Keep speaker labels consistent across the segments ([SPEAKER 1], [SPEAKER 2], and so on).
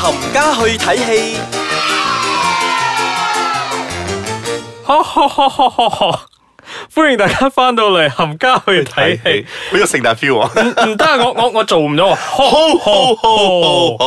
[SPEAKER 1] 冚家去睇戲，
[SPEAKER 2] 歡迎大家翻到嚟冚家去睇戲，
[SPEAKER 3] 好有聖誕 feel 啊！
[SPEAKER 2] 唔得啊！我我我做唔到 啊！
[SPEAKER 3] 好 好好好，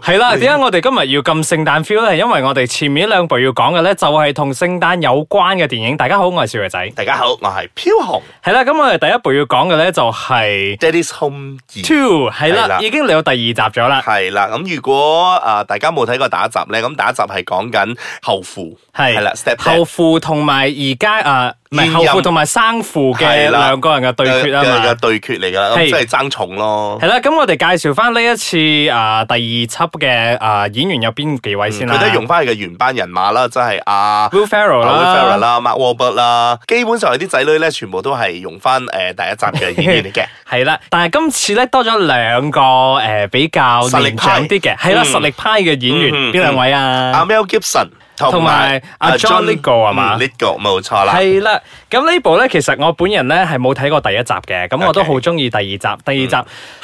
[SPEAKER 2] 係啦，點解我哋今日要咁聖誕 feel 咧？因為我哋前面兩部要講嘅咧，就係同聖誕有關嘅電影。大家好，我係少爺仔。
[SPEAKER 3] 大家好，我係飄紅
[SPEAKER 2] 係啦，咁我哋第一部要講嘅咧就係
[SPEAKER 3] Daddy's Home 二。
[SPEAKER 2] Two，係
[SPEAKER 3] 係
[SPEAKER 2] 啦，
[SPEAKER 3] 啦
[SPEAKER 2] 已經嚟到第二集咗啦。
[SPEAKER 3] 係啦，咁如果啊、大家冇睇過打集咧，咁打集係講緊後父，
[SPEAKER 2] 係
[SPEAKER 3] 係啦，step dad
[SPEAKER 2] 後父同埋而家啊，唔係
[SPEAKER 3] 現
[SPEAKER 2] 後
[SPEAKER 3] 任
[SPEAKER 2] 父同埋生父嘅
[SPEAKER 3] 係啦
[SPEAKER 2] 兩個人嘅對決啊
[SPEAKER 3] 嘅
[SPEAKER 2] 嘛
[SPEAKER 3] 嘅。對決嚟㗎啦，
[SPEAKER 2] 係
[SPEAKER 3] 咁真係爭重咯
[SPEAKER 2] 係。啦，咁我哋介紹翻呢一次啊、第二輯嘅啊演員有邊幾位先
[SPEAKER 3] 嗯
[SPEAKER 2] 啦？
[SPEAKER 3] 佢都係用翻佢嘅原班人馬啦，即係阿
[SPEAKER 2] Will Ferrell
[SPEAKER 3] 啊 Will Ferrell
[SPEAKER 2] 啦，
[SPEAKER 3] 啦、Mark Wahlberg 啦，基本上佢啲仔女咧，全部都係用翻誒第一集嘅演員 嚟嘅。
[SPEAKER 2] 係啦，但係今次咧多咗兩個诶、呃比較
[SPEAKER 3] 實力
[SPEAKER 2] 年長啲嘅，係啦，
[SPEAKER 3] 嗯
[SPEAKER 2] 實力派嘅演員
[SPEAKER 3] 嗯嗯
[SPEAKER 2] 邊兩位啊
[SPEAKER 3] 阿？Mel Gibson Ờ,
[SPEAKER 2] 同
[SPEAKER 3] 同
[SPEAKER 2] 埋
[SPEAKER 3] 埋
[SPEAKER 2] 阿 John Lithgow 係嘛
[SPEAKER 3] l i g o 冇錯啦。
[SPEAKER 2] 係啦，咁呢部咧，其實我本人咧係冇睇過第一集嘅，咁我都
[SPEAKER 3] OK 嗯
[SPEAKER 2] 好中意第二集。第二集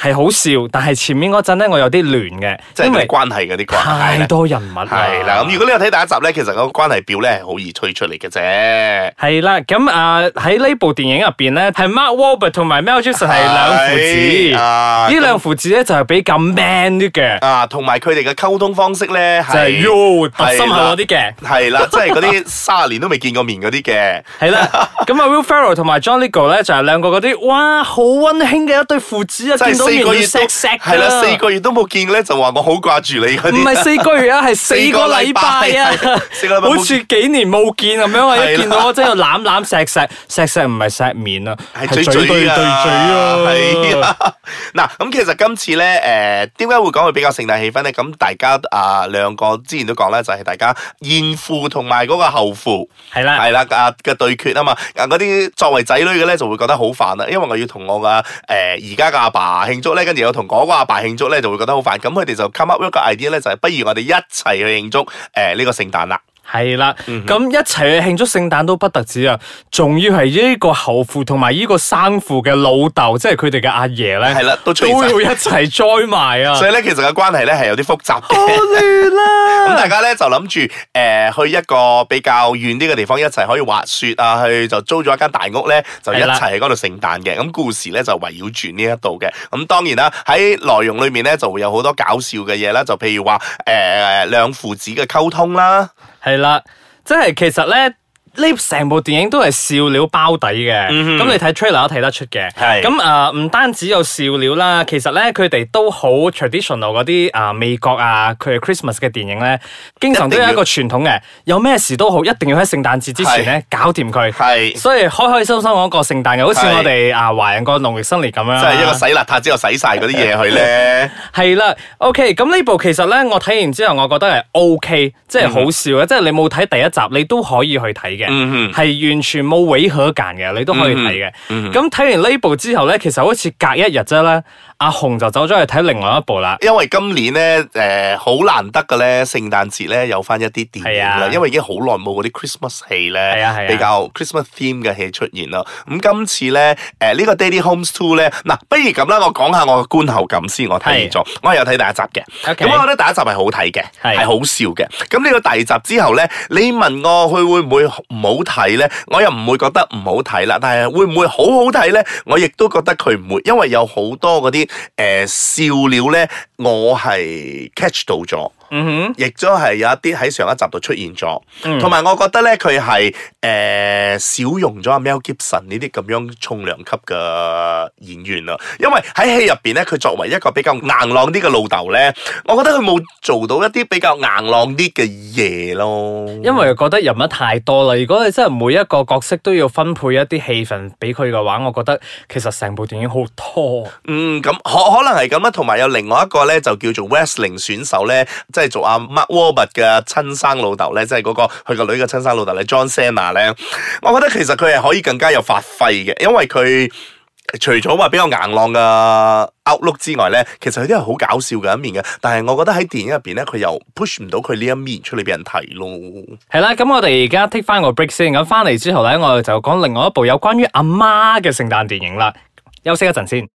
[SPEAKER 2] 係好笑，但係前面嗰陣咧我有啲亂
[SPEAKER 3] 即係
[SPEAKER 2] 嘅，因
[SPEAKER 3] 嗰啲
[SPEAKER 2] 為
[SPEAKER 3] 關係嗰啲關係
[SPEAKER 2] 太
[SPEAKER 3] 咧。
[SPEAKER 2] 多人物啦。
[SPEAKER 3] 係啦，咁如果你有睇第一集咧，其實個關係表咧係好易推出嚟嘅啫。
[SPEAKER 2] 系啦，咁啊喺呢部電影入边咧，係 Mark Wahlberg 同埋 Mel Gibson 係兩父子，
[SPEAKER 3] 係啊
[SPEAKER 2] 呢兩父子咧就係比較 man 啲嘅，
[SPEAKER 3] 啊，同埋佢哋嘅溝通方式咧
[SPEAKER 2] 就係
[SPEAKER 3] 係
[SPEAKER 2] yo 揼心口嗰啲嘅。
[SPEAKER 3] 係啦，即係嗰啲三十年都未見過面嗰啲嘅。
[SPEAKER 2] 係啦，咁啊 Will Ferrell 同埋 John Lithgow 咧就係兩個嗰啲，哇，好温馨嘅一對父子啊，
[SPEAKER 3] 即係
[SPEAKER 2] 見到
[SPEAKER 3] 四
[SPEAKER 2] 面要
[SPEAKER 3] 個月都
[SPEAKER 2] 錫錫㗎
[SPEAKER 3] 係啦，四個月都冇見咧，就話我好掛住你嗰
[SPEAKER 2] 唔係
[SPEAKER 3] 啲。
[SPEAKER 2] 四個月 啊，係四個禮拜啊
[SPEAKER 3] 四個禮拜，四個禮拜冇
[SPEAKER 2] 好似幾年冇見咁樣啊！
[SPEAKER 3] 係啦
[SPEAKER 2] 一見到我真係攬攬錫錫，錫錫唔係錫面啊，
[SPEAKER 3] 係
[SPEAKER 2] 嘴
[SPEAKER 3] 嘴
[SPEAKER 2] 對
[SPEAKER 3] 嘴
[SPEAKER 2] 對嘴
[SPEAKER 3] 係
[SPEAKER 2] 啊！
[SPEAKER 3] 啊！ 嗱，咁其實今次咧，誒、點解會講佢比較盛大氣氛咧？咁大家啊、兩個之前都講咧，就係、大家現父同埋嗰個後父。
[SPEAKER 2] 係啦，
[SPEAKER 3] 係啦，啊嘅對決啊嘛，啊嗰啲作為仔女嘅咧就會覺得好煩啦，因為我要同我嘅誒而家嘅阿爸慶祝咧，跟住又同嗰個阿爸慶祝咧，就會覺得好煩。咁佢哋就 come up 一個 idea 咧，就係不如我哋一齊去慶祝誒呢、個聖誕啦。
[SPEAKER 2] 係啦，
[SPEAKER 3] 嗯
[SPEAKER 2] 咁一齊去慶祝聖誕都不特止啊，仲要係呢個後父同埋呢個生父嘅老豆，即係佢哋嘅阿爺咧，
[SPEAKER 3] 係啦都出現
[SPEAKER 2] 都
[SPEAKER 3] 晒
[SPEAKER 2] 要一齊 join 埋啊！
[SPEAKER 3] 所以咧，其實嘅關係咧係有啲複雜嘅。
[SPEAKER 2] 亂 啊
[SPEAKER 3] 咁
[SPEAKER 2] 啦！
[SPEAKER 3] 大家咧就諗住誒去一個比較遠啲嘅地方一齊可以滑雪啊，去就租咗一間大屋咧，就一
[SPEAKER 2] 係啦
[SPEAKER 3] 齊喺嗰度聖誕嘅。咁故事咧就圍繞住呢一度嘅。咁當然啦，喺內容裏面咧就會有好多搞笑嘅嘢啦，就譬如話誒兩父子嘅溝通啦，
[SPEAKER 2] 係啦，即係其實咧。呢成部電影都係笑料包底嘅，咁、你睇 trailer 都睇得出嘅。
[SPEAKER 3] 嗯係
[SPEAKER 2] 咁啊，唔、單止有笑料啦，其實咧佢哋都好 traditional 嗰啲啊美國啊佢嘅 Christmas 嘅電影咧，經常都有一個傳統嘅，有咩事都好，一定要喺聖誕節之前咧搞掂佢。
[SPEAKER 3] 係
[SPEAKER 2] 所以開開心心講過聖誕嘅，好似
[SPEAKER 3] 係
[SPEAKER 2] 我哋啊華人個農曆新年咁樣啊
[SPEAKER 3] 即
[SPEAKER 2] 啦。
[SPEAKER 3] 係一個洗邋遢之後洗晒嗰啲嘢去咧。
[SPEAKER 2] 係啦，OK，咁呢部其實咧，我睇完之後，我覺得係 OK，即係好笑啊嘅，即係你冇睇第一集，你都可以去睇嘅，係、
[SPEAKER 3] 嗯
[SPEAKER 2] 完全冇違和感嘅，你都可以睇嘅。
[SPEAKER 3] 嗯
[SPEAKER 2] 咁睇、完呢部之後咧，其實好似隔一日啫啦，阿紅就走咗去睇另外一部啦。
[SPEAKER 3] 因為今年咧，誒、好難得嘅咧，聖誕節咧有翻一啲電影
[SPEAKER 2] 係
[SPEAKER 3] 啦，
[SPEAKER 2] 啊
[SPEAKER 3] 因為已經好耐冇嗰啲 Christmas 戲咧，
[SPEAKER 2] 係啊係啊
[SPEAKER 3] 比較 Christmas theme 嘅戲出現啦。咁今次咧，誒、呢、個 Daddy Homes Two 咧，嗱，不如咁啦，我講下我嘅觀後感先。我睇咗，我係有睇第一集嘅，咁
[SPEAKER 2] OK
[SPEAKER 3] 我覺得第一集係好睇嘅，係
[SPEAKER 2] 係
[SPEAKER 3] 好笑嘅。咁呢個第二集之後咧，你問我佢會唔會唔好睇咧？我又唔會覺得唔好睇啦，但係會唔會好好睇咧？我亦都覺得佢唔會，因為有好多嗰啲誒笑料咧，我係 catch 到咗。
[SPEAKER 2] 嗯
[SPEAKER 3] 亦都係有一啲喺上一集度出現咗
[SPEAKER 2] 嗯，
[SPEAKER 3] 同埋、我覺得咧佢係誒少用咗阿 Mel Gibson 呢啲咁樣重量級嘅演員啦，因為喺戲入邊咧，佢作為一個比較硬朗啲嘅老豆咧，我覺得佢冇做到一啲比較硬朗啲嘅嘢咯。
[SPEAKER 2] 哼，因為覺得人物太多啦，如果你真係每一個角色都要分配一啲戲份俾佢嘅話，我覺得其實成部電影好拖。
[SPEAKER 3] 嗯，咁可可能係咁啊啦，同埋有另外一個咧就叫做 wrestling 選手咧，即係做阿 Mark Wahlberg 嘅親生老豆咧，即係嗰、個佢個女嘅親生老豆咧，John Cena 咧，我覺得其實佢係可以更加有發揮嘅，因為佢除咗話比較硬朗嘅 outlook 之外咧，其實佢都係好搞笑嘅一面嘅，但係我覺得喺電影入邊咧，佢又 push 唔到佢呢一面出嚟俾人睇咯。
[SPEAKER 2] 係啦，咁我哋而家 take 翻個 break 先，咁翻嚟之後咧，我哋就講另外一部有關於阿媽嘅聖誕電影啦。休息一陣先。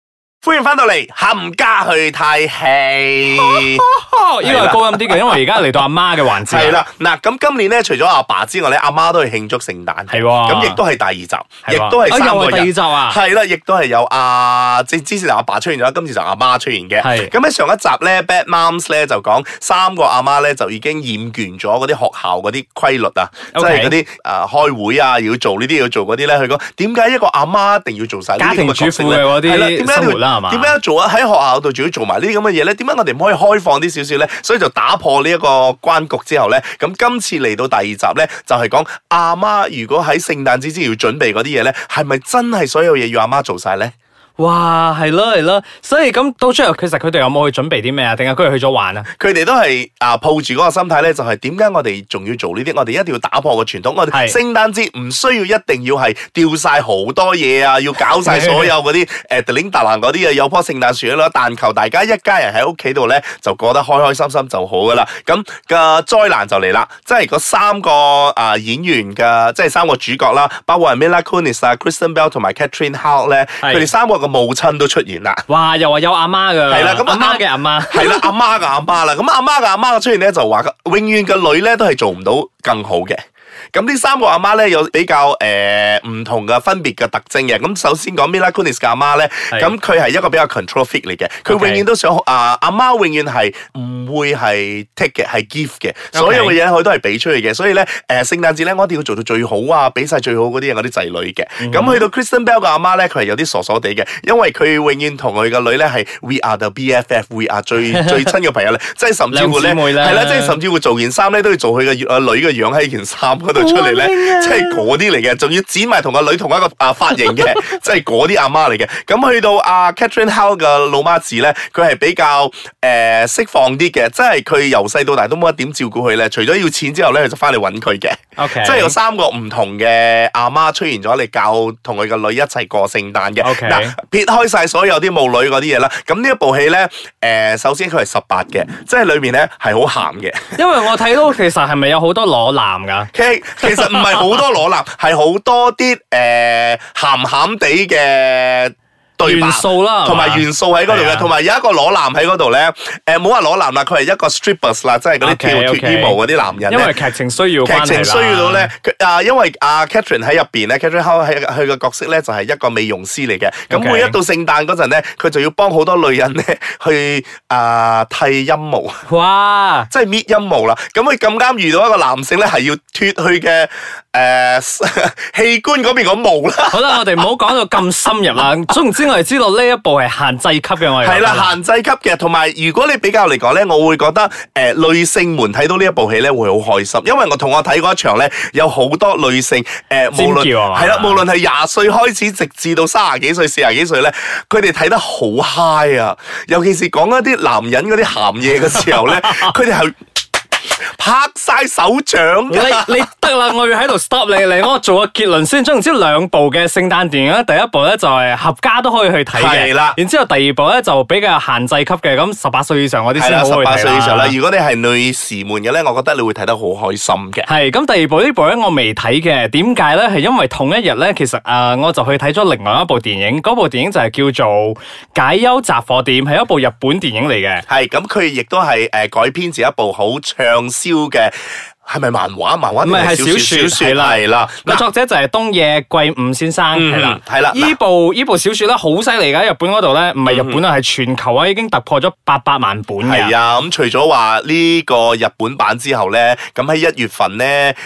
[SPEAKER 3] 歡迎翻到嚟，冚家去睇戲。
[SPEAKER 2] 錯，呢個係高音啲嘅，因為而家嚟到阿媽嘅環節。
[SPEAKER 3] 系，啦，
[SPEAKER 2] 啊
[SPEAKER 3] 嗱，咁今年咧，除咗阿爸之外咧，阿媽都係慶祝聖誕，
[SPEAKER 2] 係喎
[SPEAKER 3] 咁亦都係第二集，
[SPEAKER 2] 係喎
[SPEAKER 3] 亦都係
[SPEAKER 2] 啊
[SPEAKER 3] 三
[SPEAKER 2] 又
[SPEAKER 3] 個
[SPEAKER 2] 係第二
[SPEAKER 3] 人。
[SPEAKER 2] 集啊，
[SPEAKER 3] 係啦，亦都係有阿即係之前阿爸出現咗，今次就阿媽出現嘅。
[SPEAKER 2] 係
[SPEAKER 3] 咁喺上一集咧，Bad Moms 咧就講三個阿媽咧就已經厭倦咗嗰啲學校嗰啲規律啊，即
[SPEAKER 2] OK
[SPEAKER 3] 係嗰啲啊開會啊要做呢啲要做嗰啲咧。佢講點解一個阿媽一定要做晒呢
[SPEAKER 2] 家
[SPEAKER 3] 啲咁
[SPEAKER 2] 庭
[SPEAKER 3] 嘅
[SPEAKER 2] 主
[SPEAKER 3] 角色
[SPEAKER 2] 婦
[SPEAKER 3] 咧
[SPEAKER 2] 嘅嗰
[SPEAKER 3] 係啦點
[SPEAKER 2] 啲
[SPEAKER 3] 解
[SPEAKER 2] 生
[SPEAKER 3] 你
[SPEAKER 2] 活啦，係嘛？
[SPEAKER 3] 點解做啊？喺學校度仲要做埋呢啲咁嘅嘢咧？點解我哋唔可以開放啲少少咧？所以就打破呢一個關局之後咧，咁今次嚟到第二集咧，就係講阿媽如果喺聖誕之前要準備嗰啲嘢咧，係咪真係所有嘢要阿媽做晒咧？
[SPEAKER 2] 哇，係咯係咯，所以咁到最後其實佢哋有冇去準備啲咩啊？定係佢哋去咗玩啊？
[SPEAKER 3] 佢哋都係啊抱住嗰個心態咧，就係點解我哋仲要做呢啲？我哋一定要打破個傳統。我哋
[SPEAKER 2] 係
[SPEAKER 3] 聖誕節唔需要一定要係吊晒好多嘢啊，要搞晒所 有嗰啲誒叮叮達蘭嗰啲啊，有棵聖誕樹啦，但求大家一家人喺屋企度咧就過得開開心心就好噶啦。咁個災難就嚟啦，即係嗰三個啊、演員嘅，即係三個主角啦，包括係 Mila Kunis 啊、Kristen Bell 同埋 Catherine Hall 咧，佢
[SPEAKER 2] 係
[SPEAKER 3] 哋三個嘅母親都出現啦。
[SPEAKER 2] 哇，又話有阿媽㗎，
[SPEAKER 3] 係啦咁
[SPEAKER 2] 阿
[SPEAKER 3] 阿
[SPEAKER 2] 媽嘅阿媽。
[SPEAKER 3] 系啦，阿媽嘅阿媽啦，咁阿媽嘅阿媽嘅出現咧就話，永遠個女咧都係做唔到更好嘅。咁呢三個阿媽咧有比較诶唔、同嘅分別嘅特徵嘅。咁首先講 Mila Kunis 嘅阿媽咧，
[SPEAKER 2] 係
[SPEAKER 3] 咁佢係一個比較 control freak 嚟嘅，佢
[SPEAKER 2] OK
[SPEAKER 3] 永遠都想啊阿媽永遠係唔會係 take 嘅，係 give 嘅，所有嘅
[SPEAKER 2] OK
[SPEAKER 3] 嘢佢都係俾出去嘅。所以咧诶、呃、聖誕節咧我一定要做到最好啊，俾晒最好嗰啲嘢我啲仔女嘅。
[SPEAKER 2] 嗯
[SPEAKER 3] 咁、去到 Kristen Bell 嘅阿媽咧，佢係有啲傻傻地嘅，因為佢永遠同佢個女咧係 We are the BFF，We are 最最親嘅朋友咧，即係甚至乎咧
[SPEAKER 2] 兩姊妹啦
[SPEAKER 3] 係啦，即係甚至乎做件衫咧都要做佢嘅阿女嘅樣喺件衫嗰度出嚟咧，即係嗰啲嚟嘅，仲要剪埋同個女同一個啊髮型嘅，即係嗰啲阿媽嚟嘅。咁去到阿 Catherine Howe 嘅老媽子咧，佢係比較誒釋放啲嘅，即係佢由細到大都冇乜點照顧佢咧，除咗要錢之後咧，佢就翻嚟揾佢嘅。
[SPEAKER 2] O K，
[SPEAKER 3] 即係有三個唔同嘅阿媽出現咗，你教同佢個女一齊過聖誕嘅。
[SPEAKER 2] OK
[SPEAKER 3] 撇開晒所有啲母女嗰啲嘢啦，咁呢一部戲咧，誒、呃首先佢係十八嘅，即係裏面咧係好鹹嘅。
[SPEAKER 2] 因為我睇到其實係咪有好多裸男㗎？
[SPEAKER 3] 其實其實唔係好多裸 男，係好多啲誒、呃鹹鹹地嘅對白
[SPEAKER 2] 元。素啦，
[SPEAKER 3] 同埋元素喺嗰度
[SPEAKER 2] 係
[SPEAKER 3] 嘅，
[SPEAKER 2] 啊
[SPEAKER 3] 同埋有一個裸男喺嗰度咧，誒冇話裸男啦，佢係一個 strippers 啦，即係嗰啲跳
[SPEAKER 2] OK，OK
[SPEAKER 3] 脱衣舞嗰啲男人
[SPEAKER 2] 因
[SPEAKER 3] 咧
[SPEAKER 2] 為。劇情需要關係啦，
[SPEAKER 3] 劇情需要到咧，佢啊，因為阿 Catherine 喺入邊咧，Catherine Howe 喺佢嘅角色咧就係一個美容師嚟嘅。咁
[SPEAKER 2] OK
[SPEAKER 3] 每一到聖誕嗰陣咧，佢就要幫好多女人咧去啊剃陰毛，
[SPEAKER 2] 哇！
[SPEAKER 3] 即係搣陰毛啦。咁佢咁啱遇到一個男性咧，係要脱佢嘅誒 器官嗰邊個毛啦，
[SPEAKER 2] 好啦，我哋唔好講到咁深 入啦。總之，我哋知道呢一部係限制級嘅，我哋
[SPEAKER 3] 係
[SPEAKER 2] 覺得
[SPEAKER 3] 啦，限制級嘅。同埋如果你比較嚟講咧，我會覺得誒、呃女性們睇到呢一部戲咧會好開心，因為我同我睇嗰一場咧有好多女性誒、呃，無論
[SPEAKER 2] 尖叫啊
[SPEAKER 3] 係啦，無論係廿歲開始，直至到三十幾歲、四十幾歲咧，佢哋睇得好 high 啊！尤其是講一啲男人嗰啲鹹嘢嘅時 候咧，佢哋係拍晒手掌㗎
[SPEAKER 2] 你你得啦，我要喺度 stop 你嚟，我做個結論先。總言之，兩部嘅聖誕電影咧，第一部咧就係合家都可以去睇嘅，
[SPEAKER 3] 係啦
[SPEAKER 2] 然之後第二部咧就比較限制級嘅，咁十八歲以上嗰啲
[SPEAKER 3] 係
[SPEAKER 2] 先
[SPEAKER 3] 啦，
[SPEAKER 2] 好
[SPEAKER 3] 十
[SPEAKER 2] 去
[SPEAKER 3] 八歲以上啦。
[SPEAKER 2] 睇啦。
[SPEAKER 3] 如果你係女士們嘅咧，我覺得你會睇得好開心嘅。
[SPEAKER 2] 係咁，第二部呢部咧我未睇嘅，點解咧？係因為同一日咧，其實啊、呃我就去睇咗另外一部電影，嗰部電影就係叫做《解憂雜貨店》，係一部日本電影嚟嘅。
[SPEAKER 3] 係咁，佢亦都係誒改編自一部好暢銷嘅，係咪漫畫？漫畫
[SPEAKER 2] 唔係係
[SPEAKER 3] 定
[SPEAKER 2] 小
[SPEAKER 3] 小
[SPEAKER 2] 說
[SPEAKER 3] 説
[SPEAKER 2] 係啦
[SPEAKER 3] 係啦。
[SPEAKER 2] 個
[SPEAKER 3] 嗱
[SPEAKER 2] 作者就係東野圭吾先生，
[SPEAKER 3] 嗯
[SPEAKER 2] 係啦，
[SPEAKER 3] 係啦嗱嗯
[SPEAKER 2] 依部依部小説咧好犀利㗎，喺日本嗰度咧，唔係日本啊，係全球啊，已經突破咗八百萬本
[SPEAKER 3] 係
[SPEAKER 2] 嘅。
[SPEAKER 3] 啊，咁除咗話呢個日本版之後咧，咁喺一月份咧，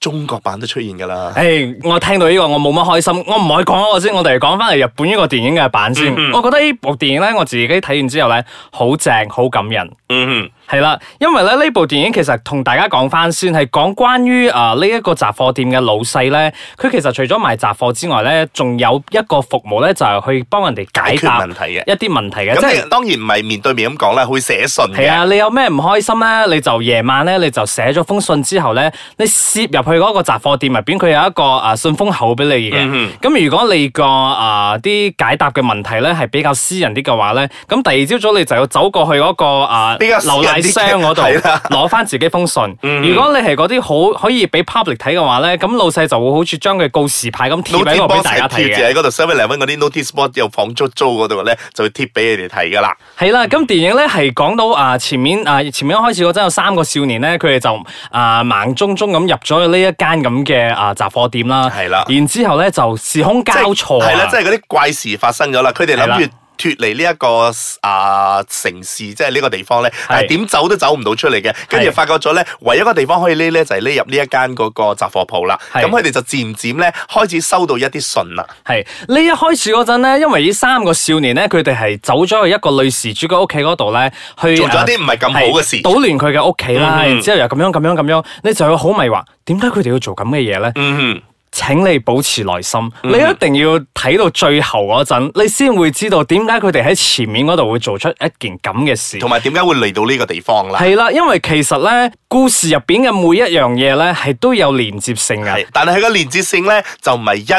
[SPEAKER 3] 中國版都出現㗎啦。
[SPEAKER 2] 誒，我聽到呢個我冇乜開心，我唔可以講嗰個先，我哋講翻嚟日本呢個電影嘅版
[SPEAKER 3] 嗯
[SPEAKER 2] 先。我覺得呢部電影咧，我自己睇完之後咧，好正，好感人。
[SPEAKER 3] 嗯
[SPEAKER 2] 係啦，因為咧呢部電影其實同大家講翻先，係講關於啊呢一個雜貨店嘅老細咧，佢其實除咗賣雜貨之外咧，仲有一個服務咧，就係、去幫人哋
[SPEAKER 3] 解
[SPEAKER 2] 解
[SPEAKER 3] 決
[SPEAKER 2] 答
[SPEAKER 3] 問題嘅
[SPEAKER 2] 一啲問題嘅，即
[SPEAKER 3] 咁
[SPEAKER 2] 係
[SPEAKER 3] 你。當然唔係面對面咁講啦，會寫信
[SPEAKER 2] 係
[SPEAKER 3] 嘅。
[SPEAKER 2] 啊，你有咩唔開心咧？你就夜晚咧，你就寫咗封信之後咧，你攝入去嗰個雜貨店入邊，佢有一個啊信封口俾你嘅。
[SPEAKER 3] 嗯
[SPEAKER 2] 咁如果你個啊啲解答嘅問題咧係比較私人啲嘅話咧，咁第二朝早你就要走過去嗰個啊
[SPEAKER 3] 比較私人啲嘅
[SPEAKER 2] 瀏覽箱嗰度
[SPEAKER 3] 係啦嗯
[SPEAKER 2] 攞翻自己封信。如果你係嗰啲好可以俾 public 睇嘅話咧，咁老細就會好似將佢告示牌咁貼喺
[SPEAKER 3] notice
[SPEAKER 2] 度俾
[SPEAKER 3] board
[SPEAKER 2] 大
[SPEAKER 3] 係
[SPEAKER 2] 家
[SPEAKER 3] 貼
[SPEAKER 2] 睇
[SPEAKER 3] 住
[SPEAKER 2] 嘅。
[SPEAKER 3] 喺嗰度 s e v e l e v e n 嗰啲 notice board 又放租租嗰度咧，就會貼俾你哋睇噶啦。
[SPEAKER 2] 係啦，咁電影咧係講到啊前面啊前面一開始嗰陣有三個少年咧，佢哋就啊盲中中咁入咗去呢一間咁嘅啊雜貨店啦，
[SPEAKER 3] 係啦
[SPEAKER 2] 然之後咧就時空交錯啊，
[SPEAKER 3] 係啦，即係嗰啲怪事發生咗啦，佢哋
[SPEAKER 2] 係啦
[SPEAKER 3] 諗住。脱離呢一個啊、城市，即係呢個地方咧，但係點走都走唔到出嚟嘅。跟住
[SPEAKER 2] 係
[SPEAKER 3] 發覺咗咧，唯一一個地方可以匿咧，就係匿入呢一間嗰個雜貨鋪啦。
[SPEAKER 2] 係
[SPEAKER 3] 咁佢哋就漸漸咧開始收到一啲信啦。
[SPEAKER 2] 係呢一開始嗰陣咧，因為呢三個少年咧，佢哋係走咗去一個女事主嘅屋企嗰度咧，去啊
[SPEAKER 3] 做咗一啲唔係咁好嘅事
[SPEAKER 2] 係搗亂佢嘅屋企啦，
[SPEAKER 3] 嗯
[SPEAKER 2] 然之後又咁樣咁樣咁樣，你就會好迷惑，點解佢哋要做咁嘅嘢咧？
[SPEAKER 3] 嗯，
[SPEAKER 2] 請你保持耐心，你一定要睇到最後嗰陣，你先會知道點解佢哋喺前面嗰度會做出一件咁嘅事。
[SPEAKER 3] 同埋點解會嚟到呢個地方啦？
[SPEAKER 2] 係啦，因為其實咧，故事入邊嘅每一樣嘢咧，係都有連接性啊嘅。
[SPEAKER 3] 係，但係佢個連接性咧就唔係一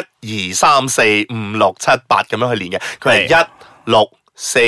[SPEAKER 3] 二三四五六七八咁樣去連嘅，佢係一六四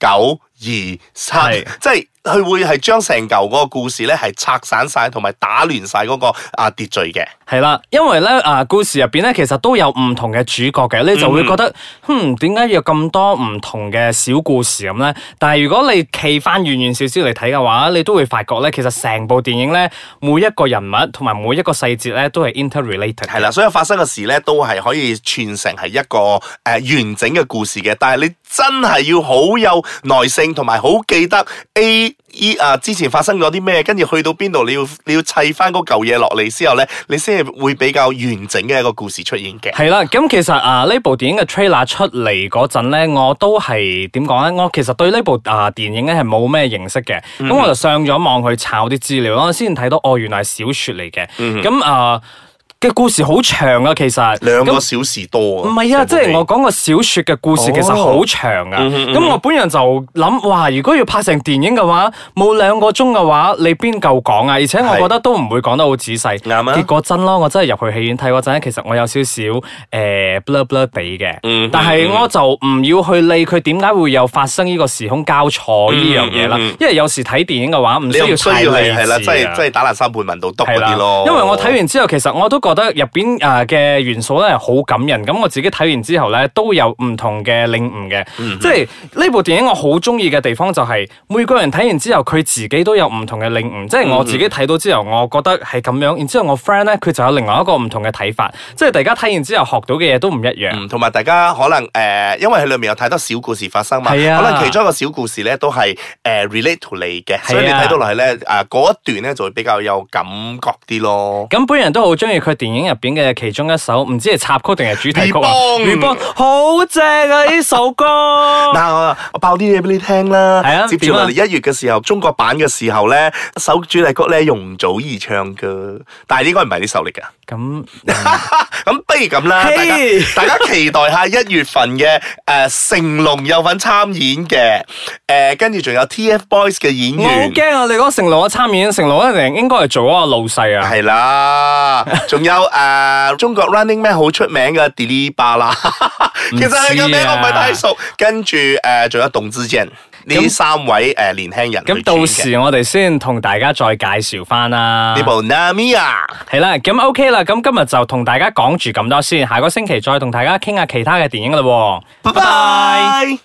[SPEAKER 3] 九二七，
[SPEAKER 2] 係
[SPEAKER 3] 即係佢會係將成嚿嗰個故事咧係拆散晒，同埋打亂晒嗰個啊秩序嘅。
[SPEAKER 2] 係啦，因為咧啊，故事入邊咧其實都有唔同嘅主角嘅，你就會覺得，哼，點解有咁多唔同嘅小故事咁咧？但係如果你企翻遠遠少少嚟睇嘅話，你都會發覺咧，其實成部電影咧，每一個人物同埋每一個細節咧，都係 interrelated
[SPEAKER 3] 係啦，所有發生嘅事咧，都係可以串成係一個誒、呃完整嘅故事嘅。但係你真係要好有耐性，同埋好記得 A E 啊之前發生咗啲咩，跟住去到邊度，你要你要砌翻嗰嚿嘢落嚟之後咧，你先係會比較完整嘅一個故事出現嘅。
[SPEAKER 2] 係啦，咁其實啊呢部電影嘅 trailer 出嚟嗰陣咧，我都係點講咧？我其實對呢部啊電影咧係冇咩認識嘅，咁、
[SPEAKER 3] 嗯
[SPEAKER 2] 我就上咗網去抄啲資料啦，先睇到哦，原來係小説嚟嘅。
[SPEAKER 3] 嗯
[SPEAKER 2] 咁啊嘅故事好長啊，其實
[SPEAKER 3] 兩個
[SPEAKER 2] 咁
[SPEAKER 3] 小時多
[SPEAKER 2] 唔
[SPEAKER 3] 啊！
[SPEAKER 2] 係啊，即
[SPEAKER 3] 成部戲哦
[SPEAKER 2] 係
[SPEAKER 3] 嗯
[SPEAKER 2] 我講個小説嘅故事其實好長啊。咁、我本人就諗，哇！如果要拍成電影嘅話，冇兩個鐘嘅話，你邊夠講啊？而且我
[SPEAKER 3] 係
[SPEAKER 2] 覺得都唔會講得好仔細。
[SPEAKER 3] 啱啊
[SPEAKER 2] 結果真咯，我真係入去戲院睇嗰陣，其實我有少少誒 blur blur 地嘅，
[SPEAKER 3] 嗯
[SPEAKER 2] 但係我就唔要去理佢點解會有發生呢個時空交錯呢樣嘢啦。
[SPEAKER 3] 嗯嗯嗯
[SPEAKER 2] 因為有時睇電影嘅話，唔
[SPEAKER 3] 你
[SPEAKER 2] 需
[SPEAKER 3] 又
[SPEAKER 2] 要
[SPEAKER 3] 唔需
[SPEAKER 2] 太
[SPEAKER 3] 要係
[SPEAKER 2] 理
[SPEAKER 3] 係啦，即
[SPEAKER 2] 智
[SPEAKER 3] 係
[SPEAKER 2] 啊
[SPEAKER 3] 即係打爛三半文到篤
[SPEAKER 2] 係
[SPEAKER 3] 嗰
[SPEAKER 2] 啦
[SPEAKER 3] 啲咯。，
[SPEAKER 2] 因為我睇完之後，其實我都覺得入邊誒嘅元素咧係好感人。咁我自己睇完之後咧，都有唔同嘅領悟嘅。
[SPEAKER 3] 嗯
[SPEAKER 2] 即係呢部電影我好中意嘅地方就係、每個人睇完之後，佢自己都有唔同嘅領悟。即係我自己睇到之後，我覺得係咁樣。然之後我 friend 咧，佢就有另外一個唔同嘅睇法。即係大家睇完之後學到嘅嘢都唔一樣。
[SPEAKER 3] 嗯，同埋大家可能誒、呃因為佢裏面有太多小故事發生嘛，
[SPEAKER 2] 係啊
[SPEAKER 3] 可能其中一個小故事咧都係誒、呃 relate to 你嘅，所以你
[SPEAKER 2] 係啊
[SPEAKER 3] 睇到落去咧誒嗰一段咧就會比較有感覺啲咯。
[SPEAKER 2] 咁本人都好中意佢電影入邊嘅其中一首，唔知係插曲定係主題曲啊
[SPEAKER 3] Reborn
[SPEAKER 2] Reborn，好正啊！呢首歌。
[SPEAKER 3] 嗱，我我爆啲嘢俾你聽啦。
[SPEAKER 2] 係啊
[SPEAKER 3] 接住
[SPEAKER 2] 點啊
[SPEAKER 3] 落嚟一月嘅時候，中國版嘅時候咧，首主題曲咧容祖兒唱嘅，但係應該唔係呢首嚟㗎。
[SPEAKER 2] 咁
[SPEAKER 3] 咁不如咁啦，大家
[SPEAKER 2] 嗯嘿
[SPEAKER 3] 大家期待下一月份嘅誒、呃成龍有份參演嘅，誒跟住仲有 TFBOYS 嘅演
[SPEAKER 2] 我好
[SPEAKER 3] 員。
[SPEAKER 2] 驚啊！你講成龍嘅參演，成龍一定應該係做嗰個老細啊。
[SPEAKER 3] 系啦，仲有诶、呃中國 Running Man 好出名嘅 d i l i b a 啦，其
[SPEAKER 2] 啊
[SPEAKER 3] 實佢個名我唔係太熟。跟住诶，呃仲、有董之健呢三位诶、呃年輕人去
[SPEAKER 2] 咁到
[SPEAKER 3] 轉嘅
[SPEAKER 2] 時啊我哋先同大家再介紹翻啦
[SPEAKER 3] 呢。部 Namia
[SPEAKER 2] 係啦，咁 OK 啦，咁今日就同大家講住咁多先，下個星期再同大家傾下其他嘅電影啦喎。
[SPEAKER 3] 拜拜。